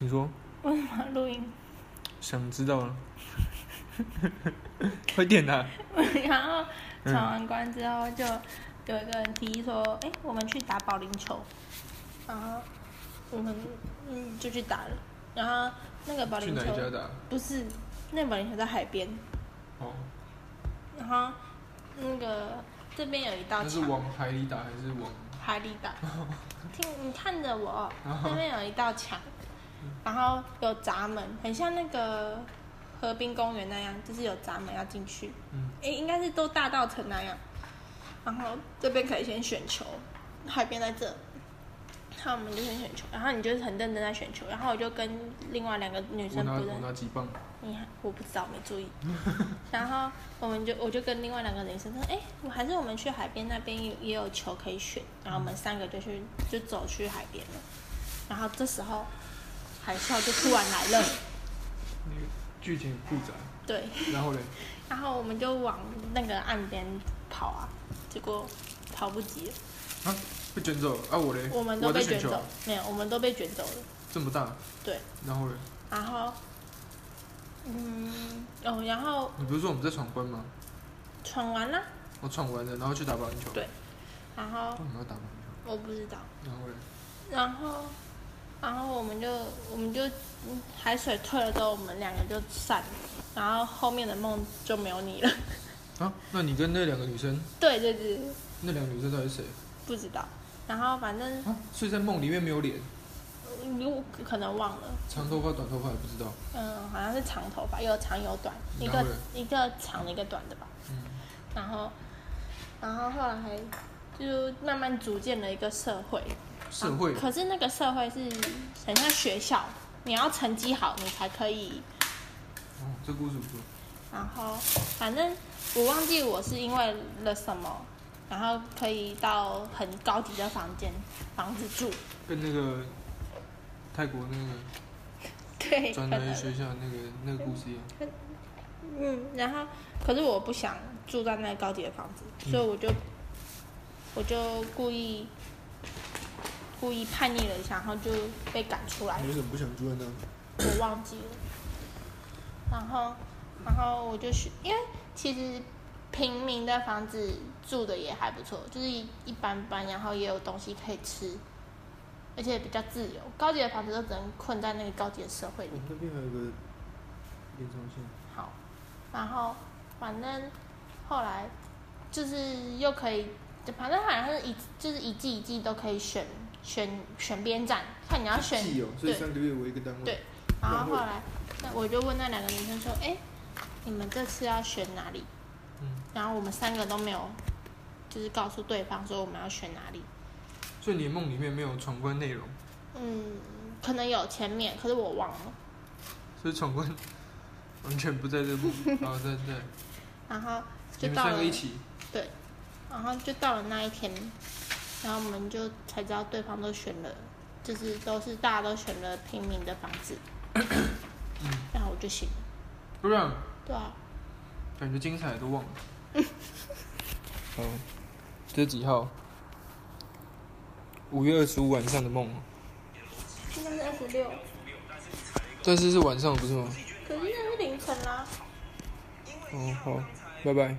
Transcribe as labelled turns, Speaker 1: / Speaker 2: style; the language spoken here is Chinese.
Speaker 1: 你说
Speaker 2: 为什么要录音？
Speaker 1: 想知道了， 快点呐、
Speaker 2: 然后闯完关之后，就有一个人提议说：“哎、我们去打保龄球。”
Speaker 1: 啊
Speaker 2: 然后我们嗯就去打了。然后那个保
Speaker 1: 去
Speaker 2: 龄
Speaker 1: 哪一家
Speaker 2: 球
Speaker 1: 打？
Speaker 2: 不是那个保龄球在海边，
Speaker 1: 哦，
Speaker 2: 然后那个这边有一道
Speaker 1: 那是
Speaker 2: 墙，
Speaker 1: 往海里打还是往？
Speaker 2: 海里打。听你看着我，那边有一道墙，然后有闸门，很像那个河滨公园那样，就是有闸门要进去。
Speaker 1: 嗯，
Speaker 2: 诶、应该是都大道城那样。然后这边可以先选球，海边在这。然后我们就先选球，然后你就是很认真在选球，然后我就跟另外两个女
Speaker 1: 我
Speaker 2: 生
Speaker 1: 拿
Speaker 2: 不认
Speaker 1: 我拿几棒？
Speaker 2: 你还我不知道，没注意。 然后我们就我就跟另外两个女生说，哎、我还是我们去海边那边也也有球可以选。然后我们三个就去就走去海边了。然后这时候海啸就突然来了，
Speaker 1: 那个剧情很复杂。
Speaker 2: 对。
Speaker 1: 然后嘞，
Speaker 2: 然后我们就往那个岸边跑啊，结果跑不及了，
Speaker 1: 啊，被卷走啊！我嘞，
Speaker 2: 我们都
Speaker 1: 在
Speaker 2: 被
Speaker 1: 选
Speaker 2: 卷
Speaker 1: 球啊
Speaker 2: 走，没有，我们都被卷走了。
Speaker 1: 这么大。
Speaker 2: 对。
Speaker 1: 然后嘞，
Speaker 2: 然后，嗯，哦，然后
Speaker 1: 你不是说我们在闯关吗？
Speaker 2: 闯完了，
Speaker 1: 我闯完了，然后去打保龄球。
Speaker 2: 对然后
Speaker 1: 为什么要打保龄球？
Speaker 2: 我不知道。
Speaker 1: 然后嘞，
Speaker 2: 然后，然后我们就我们就嗯海水退了之后，我们两个就散了，然后后面的梦就没有你了。
Speaker 1: 啊，那你跟那两个女生，
Speaker 2: 对对对，
Speaker 1: 那两个女生到底是谁？
Speaker 2: 不知道。然后反正
Speaker 1: 啊，所以在梦里面没有脸，
Speaker 2: 你我可能忘了，
Speaker 1: 长头发、短头发也不知道。
Speaker 2: 嗯，好像是长头发，有长有短，一
Speaker 1: 然
Speaker 2: 个
Speaker 1: 后嘞
Speaker 2: 一个长的，一个短的吧。
Speaker 1: 嗯，
Speaker 2: 然后，然后后来就慢慢组建了一个社会。啊
Speaker 1: 社会
Speaker 2: 可是那个社会是很像学校，你要成绩好，你才可以
Speaker 1: 哦，这故事不错。
Speaker 2: 然后反正我忘记我是因为了什么，然后可以到很高级的房间房子住，
Speaker 1: 跟那个泰国那
Speaker 2: 对，
Speaker 1: 个
Speaker 2: 可
Speaker 1: 专门
Speaker 2: 能，
Speaker 1: 学校那
Speaker 2: 哎
Speaker 1: 个那个故事一样。
Speaker 2: 嗯，然后可是我不想住在那个高级的房
Speaker 1: 嗯
Speaker 2: 子，所以我就、我就故意故意叛逆了一下，然后就被赶出来，
Speaker 1: 为什么不想住在那？
Speaker 2: 我忘记了。然后然后我就去，因为其实平民的房子住的也还不错，就是一一般般，然后也有东西可以吃，而且比较自由。高级的房子都只能困在那个高级的社会里
Speaker 3: 我。们那边还有个延长线，
Speaker 2: 好，然后反正后来就是又可以，反正好像是一就是一季一季都可以选选选边站，看你要选
Speaker 3: 既有，哦所以
Speaker 2: 对。
Speaker 3: 三个月为一个单位。
Speaker 2: 对然后后来，那我就问那两个女生说：“哎、你们这次要选哪里？”
Speaker 1: 嗯
Speaker 2: 然后我们三个都没有，就是告诉对方说我们要选哪里。
Speaker 1: 所以你的梦里面没有闯关内容，
Speaker 2: 嗯，可能有前面，可是我忘了。
Speaker 1: 所以闯关完全不在这部。啊，在在，
Speaker 2: 然后
Speaker 1: 你
Speaker 2: 就
Speaker 1: 们
Speaker 2: 到
Speaker 1: 三
Speaker 2: 了
Speaker 1: 个，一起，
Speaker 2: 然后就到了那一天，然后我们就才知道对方都选了，就是都是大家都选了平民的房 子。然后我就醒了。
Speaker 1: 不然
Speaker 2: 对啊，
Speaker 1: 感觉精彩都忘了。 好，这几号？五月二十五晚上的梦，
Speaker 2: 现在是二十六，
Speaker 1: 但是是晚上不是吗？
Speaker 2: 可是那是凌晨啦、
Speaker 1: 哦，好，拜拜。